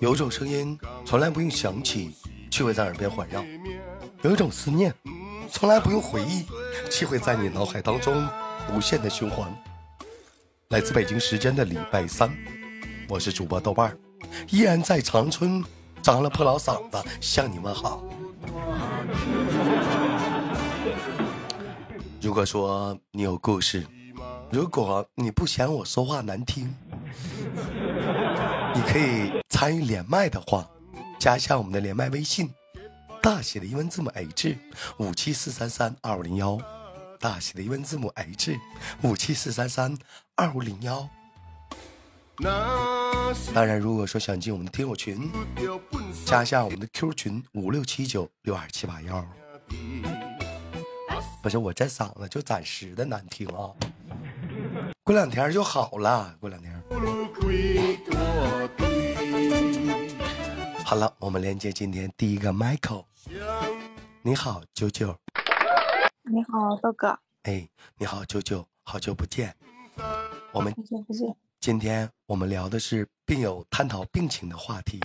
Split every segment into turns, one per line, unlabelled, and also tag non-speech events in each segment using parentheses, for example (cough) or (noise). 有一种声音从来不用想起，却会在耳边环绕；有一种思念从来不用回忆，却会在你脑海当中无限的循环。来自北京时间的礼拜三，我是主播豆瓣儿，依然在长春张了破老嗓子向你问好。如果说你有故事，如果你不嫌我说话难听，你可以参与连麦的话，加一下我们的连麦微信，大写的英文字母 H 五七四三三二五零幺，大写的英文字母 H 五七四三三二五零幺。当然，如果说想进我们的听友群，加一下我们的 Q 群五六七九六二七八幺。不是我这嗓子就暂时的难听啊，过两天就好了，过两天。好了，我们连接今天第一个 Michael。你好，九九。
你好，豆哥，
哎，你好，九九，好久不见。我们
好久不见。
今天我们聊的是病友探讨病情的话题。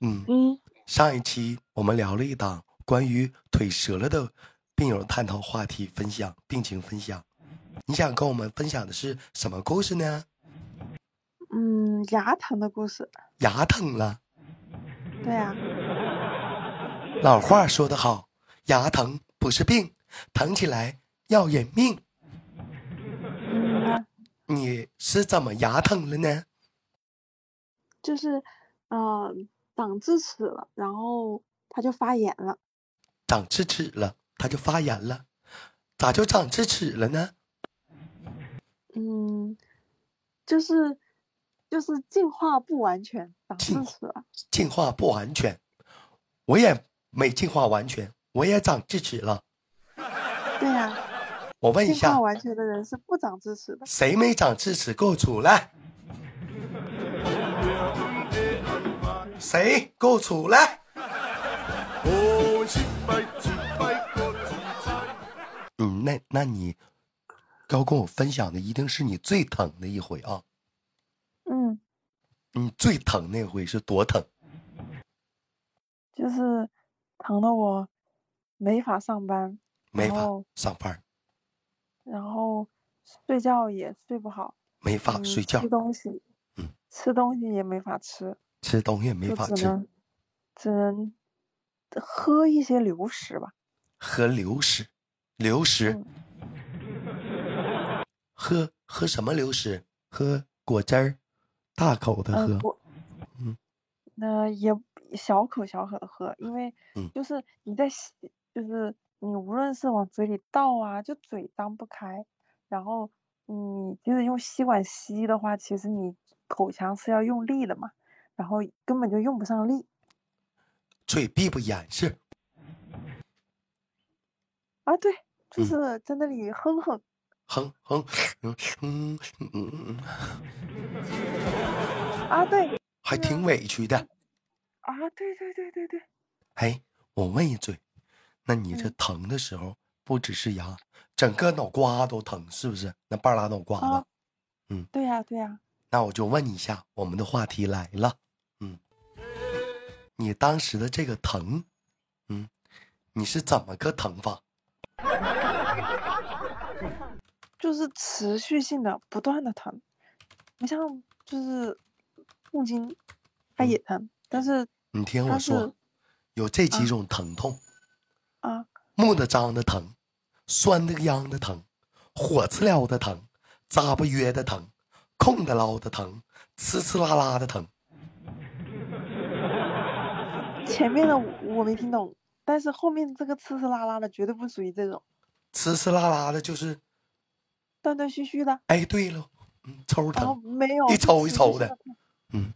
嗯，
嗯
上一期我们聊了一档关于腿折了的病友探讨话题分享病情分享，你想跟我们分享的是什么故事呢？
嗯，牙疼的故事。
牙疼了，
对啊呀、
老话说得好，牙疼不是病，疼起来要人命。
嗯啊，
你是怎么牙疼了呢？
就是，呃，长智齿了，然后它就发炎了。
长智齿了，它就发炎了，咋就长智齿了呢？
嗯，就是，就是进化不完全，长智
进
齿了。
进化不完全，我也没进化完全，我也长智齿了。
对呀、
我问一
进
下
化，完全的人是不长智齿的。
谁没长智齿给我出来？谁给我出来？嗯，那那你要跟我分享的一定是你最疼的一回啊！
嗯，
你最疼那回是多疼？
就是疼的我没法上班，
没
然
法
后
上班儿，
然后睡觉也睡不好，
没法
嗯，
啊睡觉
吃，东西，
嗯
吃东西也没法吃，
吃东西也没
就
法
只
吃，
能只能喝一些流食吧。
喝流食，流食
嗯，
喝喝什么流食？喝果汁儿，大口的
嗯，
喝。
不，
嗯，
那也小口小口的喝，因为
嗯
就是你在吸，就是你无论是往嘴里倒啊，就嘴张不开，然后你就是用吸管吸的话，其实你口腔是要用力的嘛，然后根本就用不上力
嘴闭不严实，
啊。对，就
嗯
是在那里哼哼。
哼哼，嗯嗯嗯嗯，嗯，
啊，对
还挺委屈的。
啊，对对对对对，
哎，我问一嘴，那你这
嗯
疼的时候，不只是牙，整个脑瓜都疼，是不是？那半拉脑瓜
啊
子。嗯，
对呀、对呀、
那我就问一下，我们的话题来了，嗯，你当时的这个疼，嗯，你是怎么个疼法？
就是持续性的不断的疼，不像就是痛经，它
嗯
也疼，但是
你听我
它是
说，有这几
啊
种疼痛：
啊，
木的张的疼，酸的秧的疼，火刺撩的疼，扎不约的疼，空的捞的疼，呲呲啦啦的疼。
前面的我我没听懂，但是后面这个呲呲啦啦的绝对不属于这种
呲呲啦啦的，就是
断断续续的，
哎，对了，嗯，抽
然后
疼，
没有
一
就
抽一
持续
抽
性
的
痛
嗯，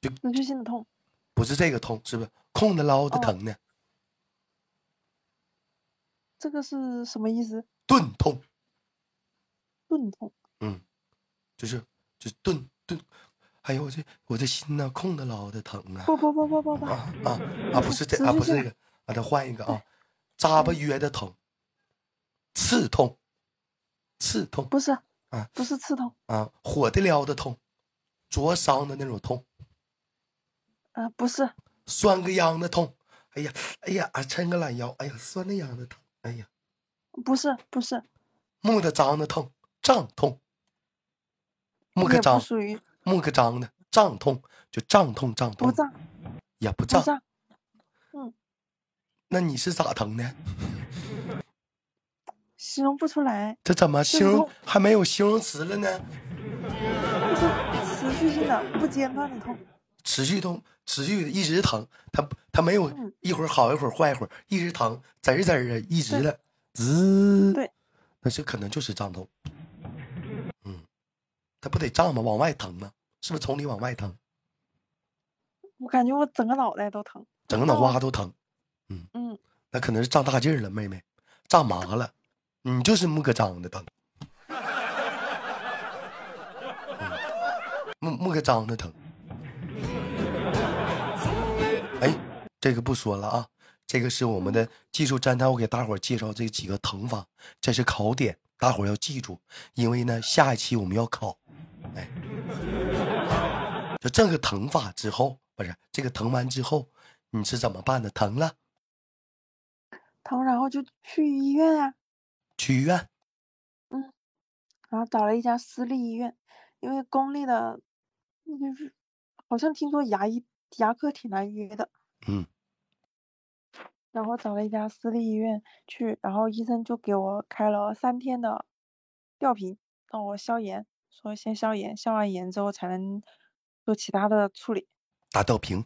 就
持续性的痛，
不是这个痛，是不是？空的捞的
哦
疼呢，
这个是什么意思？
钝痛，
钝痛
嗯，就是就是钝钝，哎呦我这我这心呐，空的捞的疼啊
不不不不不不
啊啊啊！不是这
持
啊，
续
不是这
性
个啊，再换一个啊，扎巴约的疼，刺痛，刺痛，
不是
啊
不是刺痛
啊，火的撩的痛，灼伤的那种痛，
啊、不是，
酸个秧的痛。哎呀，哎呀，啊，抻个懒腰，哎呀，酸的秧的疼，哎呀，
不是，不是，
木的脏的痛，胀痛，木个
也不
胀，
属于
木个胀的胀痛，就胀痛胀
不
痛，
胀
也不
不
胀。
胀，
那你是咋疼的？
形容不出来，
这怎么形容
痛
还没有形容词了呢？
就是持续性的不间断的痛，
持续痛，持续的一直疼，它它没有
嗯
一会儿好一会儿坏一会儿，一直疼，滋儿滋儿的，一直的，滋，
对，
那这可能就是胀痛，嗯，它不得胀吗？往外疼吗？是不是从里往外疼，
我感觉我整个脑袋都疼，
整个脑
哦
瓜都疼？
嗯，
那可能是胀大劲儿了，妹妹，胀麻了，你就是木个胀的疼，嗯、木木个胀的疼。哎，这个不说了啊，这个是我们的技术站台，我给大伙儿介绍这几个疼法，这是考点，大伙儿要记住，因为呢，下一期我们要考。哎，就这个疼法之后，不是这个疼完之后，你是怎么办的？疼了。
疼，然后就去医院啊呀、
去医院。
然后找了一家私立医院，因为公立的，就是好像听说牙医牙科挺难约的，
嗯，
然后找了一家私立医院去，然后医生就给我开了三天的吊瓶，让我消炎，说先消炎，消完炎之后才能做其他的处理。
打吊瓶，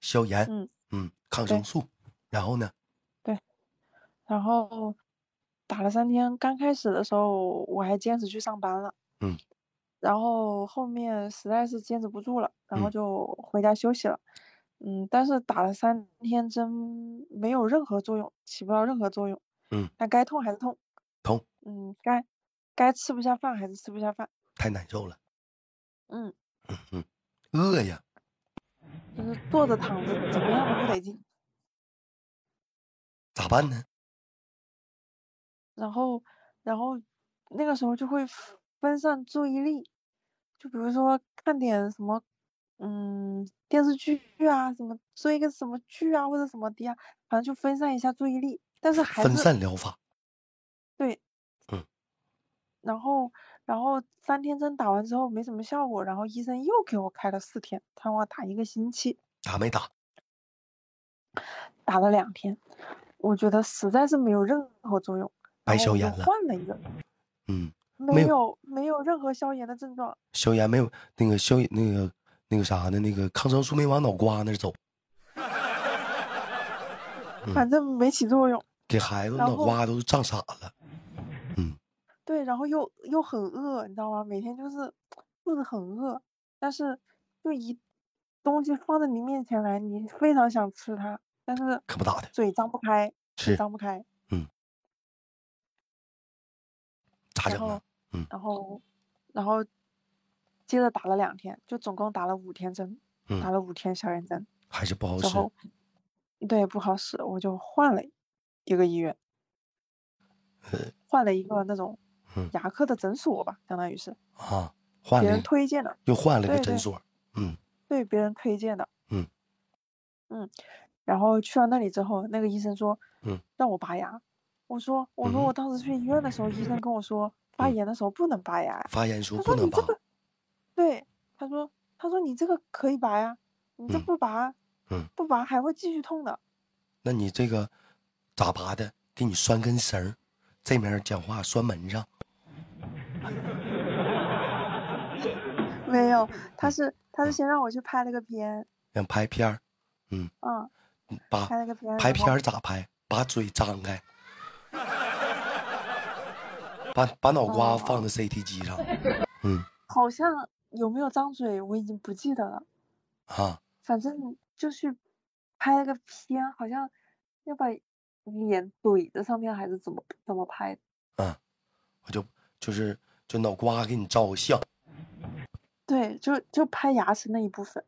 消炎，
嗯，
嗯，抗生素，然后呢，
然后打了三天，刚开始的时候我还坚持去上班了，
嗯，
然后后面实在是坚持不住了，然后
嗯
就回家休息了，嗯，但是打了三天针没有任何作用，起不到任何作用，
嗯，
但该痛还是痛，
痛，
嗯，该该吃不下饭还是吃不下饭，
太难受了，
嗯，
饿呀，
就是坐着躺着怎么样都不得劲，
咋办呢？
然后然后那个时候就会分散注意力，就比如说看点什么，嗯，电视剧啊，什么追个什么剧啊，或者什么的呀，反正就分散一下注意力，但是还
分
是
散疗法，
对，
嗯，
然后然后三天针打完之后没什么效果，然后医生又给我开了四天，他让我打一个星期，
打没打？
打了两天，我觉得实在是没有任何作用，
白
然后
消
我就
炎了
换了一个，
嗯，
没
有
有没有任何消炎的症状。
消炎没有那个消那个那个啥的，那个抗生素没往脑瓜那儿走，嗯
反正没起作用。
给孩子
然
脑
后
瓜都胀傻了。嗯，
对，然后又又很饿，你知道吗？每天就是肚子很饿，但是就一东西放在你面前来，你非常想吃它，但是
可不咋的，
嘴张不开，嘴
是
张不开，
咋
然
整
后
啊？嗯
然后然后接着打了两天，就总共打了五天针，
嗯
打了五天消炎针
还是不好
之
使。
后，对不好使，我就换了一个医院，
呃
换了一个那种
嗯
牙科的诊所吧，相当于是
啊，换
别
了
人
一个
推荐的。
又换了个
对
诊
对
所，嗯，
对别人推荐的。
嗯
嗯然后去到那里之后，那个医生说，
嗯，
让我拔牙。我说，我说
嗯
我当时去医院的时候，医生跟我说，发
嗯
炎的时候不能拔牙呀。
发炎说
他
不
说
能
你
拔
这，个，对，他说他说你这个可以拔呀，你这
嗯
不拔，
嗯
不拔还会继续痛的。
那你这个咋拔的？给你拴根绳儿，这面儿讲话拴门上，
没有，他
嗯
是他
嗯
是先让我去拍了个片，
让拍片儿，
嗯，
嗯把
拍了个片，
拍
然后
片儿咋拍？把嘴张开，把把脑瓜
哦
放在 CT 机上，嗯
好像有没有张嘴我已经不记得了。
啊，
反正就是拍了个片，好像要把脸怼在上面，还是怎么怎么拍的？
我就就是就脑瓜给你照个相。
对，就就拍牙齿那一部分。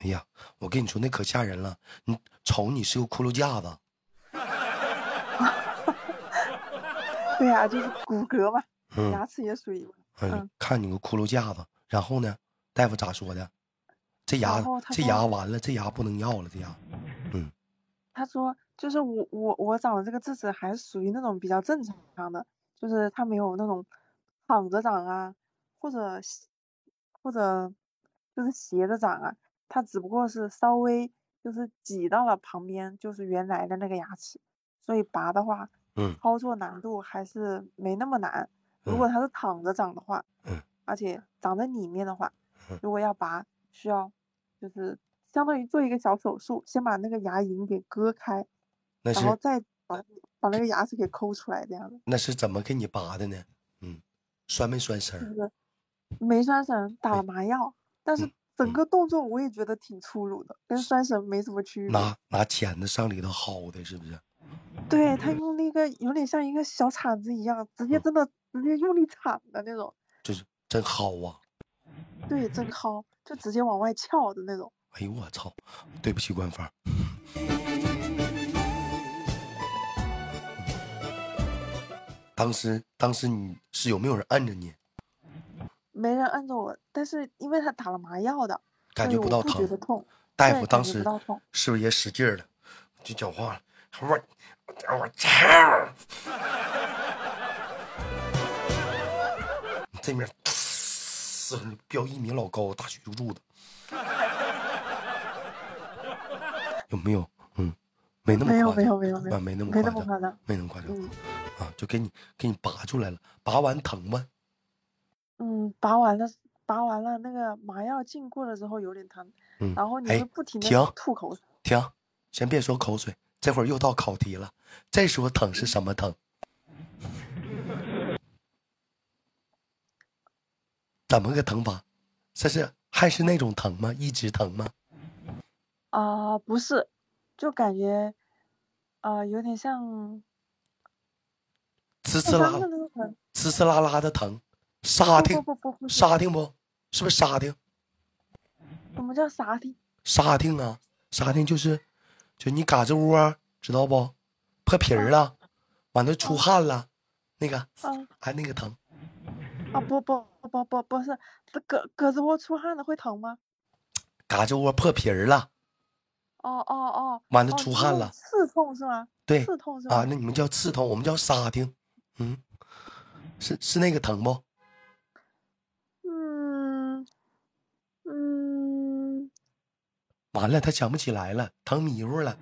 哎呀，我跟你说那可吓人了，你瞅你是个骷髅架子，
对呀、就是骨骼嘛，
嗯，
牙齿也属于嘛。
嗯
嗯，
看你个骷髅架子，然后呢，大夫咋说的？这牙
然后他
这
说
牙完了，这牙不能要了，这牙
他说就是我我我长的这个智齿还是属于那种比较正
嗯
常的，就是它没有那种躺着长啊，或者斜或者就是斜着长啊，它只不过是稍微就是挤到了旁边，就是原来的那个牙齿，所以拔的话，
嗯
操作难度还是没那么难。如
嗯
果它是躺着长的话，
嗯
而且长在里面的话
嗯，
如果要拔，需要就是相当于做一个小手术，先把那个牙龈给割开，
那
然后
是
再把把那个牙齿给抠出来，这样子
那是怎么给你拔的呢？嗯，拴没拴绳
就
儿？
是没栓绳，打
对
了麻药，但是
哎嗯嗯
整个动作我也觉得挺粗鲁的，跟栓绳没什么区别。
拿拿钳子上里头薅的，是不是？
对他用那个有点像一个小铲子一样，直接
嗯
真的直接用力铲的那种，
就是真薅啊！
对，真薅就直接往外翘的那种。
哎呦我操！对不起官方， (laughs) 当时当时你是有没有人摁着你？
没人摁着我，但是因为他打了麻药的，
感觉
所
不
以哎我
到
不觉
疼
得痛。
大
对
夫
感
当
觉不
时
到痛
是不是也使劲儿了，就讲话了？我我操！ (laughs) 这面 (laughs) 嘶飙一米老高，大血柱柱子，有没有？嗯，没那么
没有
夸张
没有没有没有
啊没那么
没那
夸
么
张，
夸张。
没那么夸张
嗯
啊，就给你给你拔出来了，拔完疼吗？
嗯，拔完了，拔完了那个麻药浸过了之后有点疼，
嗯，
然后你
哎
会不停的
停
吐口水。
停，先别说口水，这会儿又到考题了。这时候疼是什么疼？怎么个疼法？这是还是那种疼吗？一直疼吗？
啊、不是，就感觉啊、有点像
呲呲
受
啦啊
伤的那种疼。哦
呲呲啦啦的疼，沙
不
挺
不不不是，
沙挺不？是不是沙挺？
什么叫啥听？
沙挺啊，沙挺就是，就你嘎吱窝儿知道不？破皮儿了，完了出
嗯
汗了，那个
啊
哎那个疼，
啊不不不不不是，这胳胳肢窝出汗了会疼吗？
嘎吱窝破皮儿了，
哦哦哦，
完了
哦
出
你是
汗
那种
了
刺痛是吗？
对
刺痛是
啊，
吗？
那你们叫刺痛，我们叫沙汀，嗯，是是那个疼不？
嗯嗯，
完了，他想不起来了，疼迷糊了。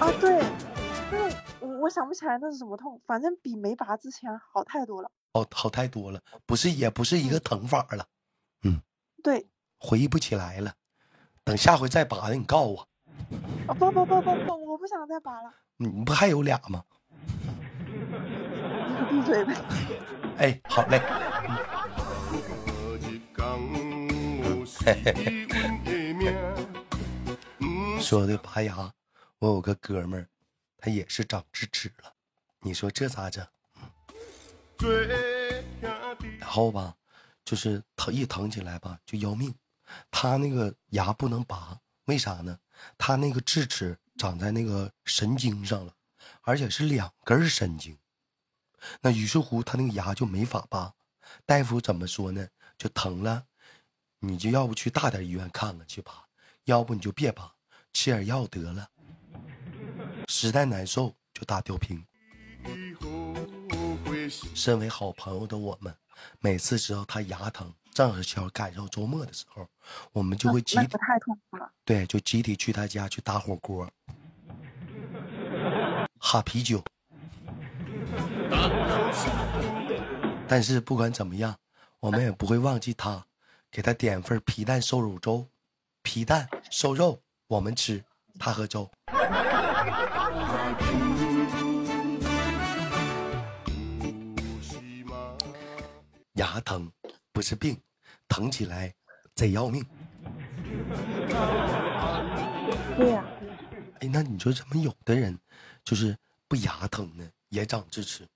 啊，对，那个我我想不起来那是什么痛，反正比没拔之前好太多了。
哦，好太多了，不是，也不是一个疼法了，
对，
回忆不起来了。等下回再拔的，你告诉我，
啊不不不不不，我不想再拔了，
你不还有俩吗？
你可闭嘴吧。
哎，好嘞，说的拔牙，我有个哥们儿，他也是长智齿了，你说这咋整？然后吧，就是疼一疼起来吧就要命，他那个牙不能拔，为啥呢？他那个智齿长在那个神经上了，而且是两根儿神经，那于是乎他那个牙就没法拔。大夫怎么说呢？就疼了，你就要不去大点医院看看去拔，要不你就别拔，吃点药得了。实在难受就打吊瓶。身为好朋友的我们，每次知道他牙疼，正好巧赶上周末的时候，我们就
那
会集
嗯那
体
可太痛苦了。
对，就集体去他家去打火锅，哈啤酒。但是不管怎么样，我们也不会忘记他，给他点份皮蛋瘦肉粥，皮蛋瘦肉我们吃，他喝粥。牙疼不是病，疼起来贼要命。
对呀、
哎，那你说怎么有的人就是不牙疼呢，也长智齿？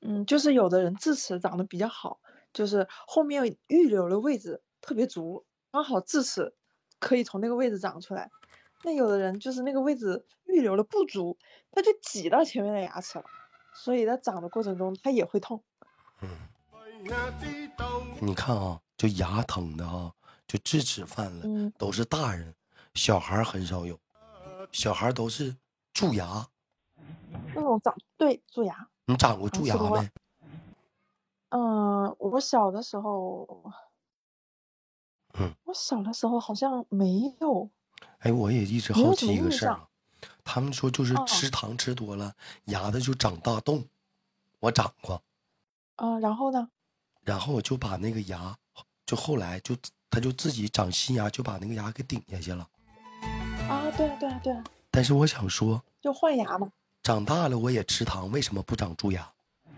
嗯，就是有的人智齿长得比较好，就是后面预留的位置特别足，刚好智齿可以从那个位置长出来。那有的人就是那个位置预留的不足，他就挤到前面的牙齿了。所以在长的过程中它也会痛。
你看啊，就牙疼的啊，就智齿犯了，
嗯
都是大人，小孩儿很少有，小孩儿都是蛀牙。
那种长对啊蛀牙，
你长过蛀
是
牙
的
没？
嗯，我小的时候，
嗯，
我小的时候好像没有，
哎，我也一直
没有
好
什
奇
么
一个
印
事儿
象
啊，他们说就是
哦
吃糖吃多了，牙的就长大洞，我长过，
啊、然后呢，
然后我就把那个牙，就后来就它就自己长新牙，就把那个牙给顶下去了。
啊，对啊，对啊，对啊，
但是我想说，
就换牙嘛，
长大了我也吃糖，为什么不长蛀牙？
嗯，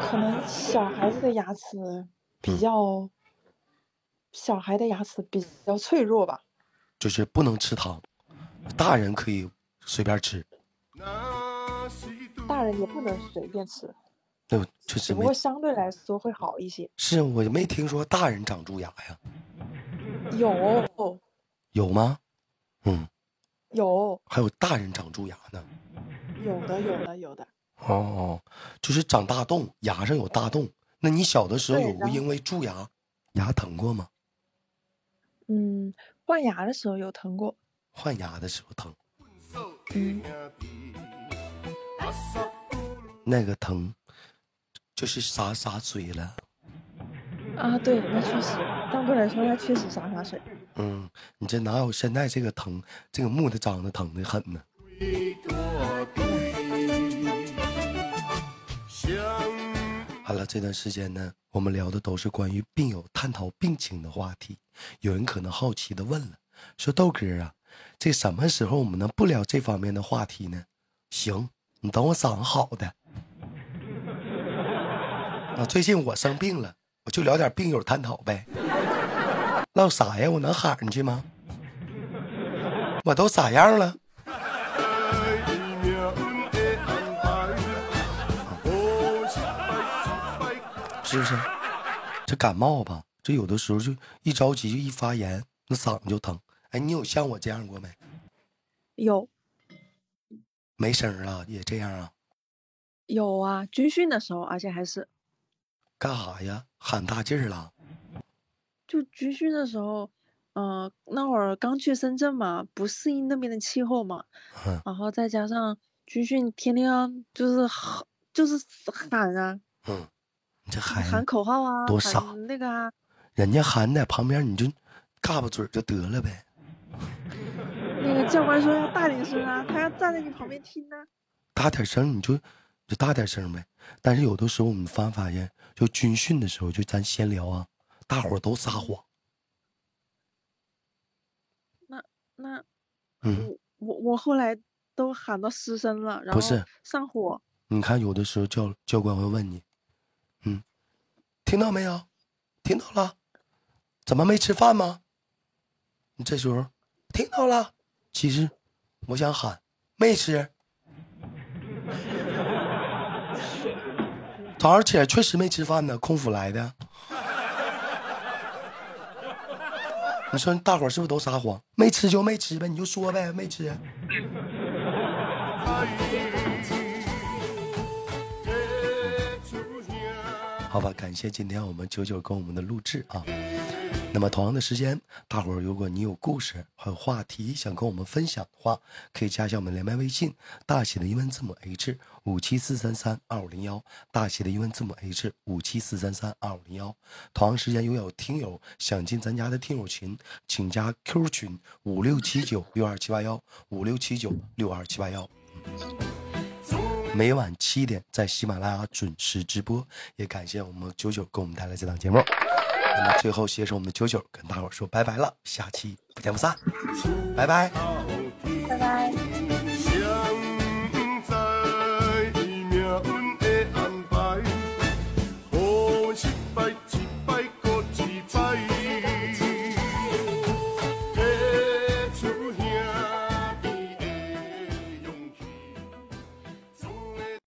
可能小孩子的牙齿比
嗯
较，小孩的牙齿比较脆弱吧，
就是不能吃糖，大人可以随便吃，
大人也不能随便吃，
对吧？就是
只不
没
过相对来说会好一些。
是我没听说大人长蛀牙呀，
有
有吗？嗯，
有
还有大人长蛀牙呢。
有的有的有的，
哦，就是长大洞，牙上有大洞。那你小的时候
对
有
然后
因为蛀牙牙疼过吗？
嗯，换牙的时候有疼过，
换牙的时候疼，
嗯，
那个疼就是洒洒水了。
啊，对，那确实，当过来说那确实洒洒水。
嗯，你这哪有现在这个疼，这个木的长得疼的很呢？好了，这段时间呢，我们聊的都是关于病友探讨病情的话题。有人可能好奇的问了，说豆哥啊，这什么时候我们能不聊这方面的话题呢？行，你等我嗓子好的。啊，最近我生病了，我就聊点病友探讨呗。唠啥呀？我能喊上去吗？我都啥样了？是不是？这感冒吧，这有的时候就一着急就一发炎，那嗓子就疼。哎，你有像我这样过没？
有
没声儿了也这样啊？
有啊，军训的时候，而且还是
干啥呀？喊大劲儿了？
就军训的时候，嗯、那会儿刚去深圳嘛，不适应那边的气候嘛，
嗯
然后再加上军训天天要就是喊就是喊啊，
嗯，你这孩
喊
子，
口号啊，
多
喊
傻
那个啊，
人家喊在旁边，你就嘎巴嘴儿就得了呗。
那个教官说要大点声啊，他要站在你旁边听啊。
大点声儿你就你就大点声儿呗。但是有的时候我们发没发现，就军训的时候，就咱闲聊啊，大伙儿都撒谎。
那
嗯，
我我后来都喊到失声了，然
不
后
是
上火，
你看有的时候教教官会问你，嗯，听到没有？听到了？怎么没吃饭吗？你这时候听到了，其实我想喊没吃。早上起来确实没吃饭呢，空腹来的。你说大伙儿是不是都撒谎？没吃就没吃呗，你就说呗，没吃。好吧，感谢今天我们九九跟我们的录制啊。那么同样的时间，大伙儿如果你有故事还有话题想跟我们分享的话，可以加一下我们连麦微信，大写的英文字母 H 五七四三三二五零幺，大写的英文字母 H 五七四三三二五零幺。同样时间，如果有听友想进咱家的听友群，请加 Q 群五六七九六二七八幺五六七九六二七八幺。每晚七点在喜马拉雅准时直播，也感谢我们九九给我们带来这档节目。那么最后，携手我们的九九跟大伙儿说拜拜了，下期不见不散，拜拜。
拜拜。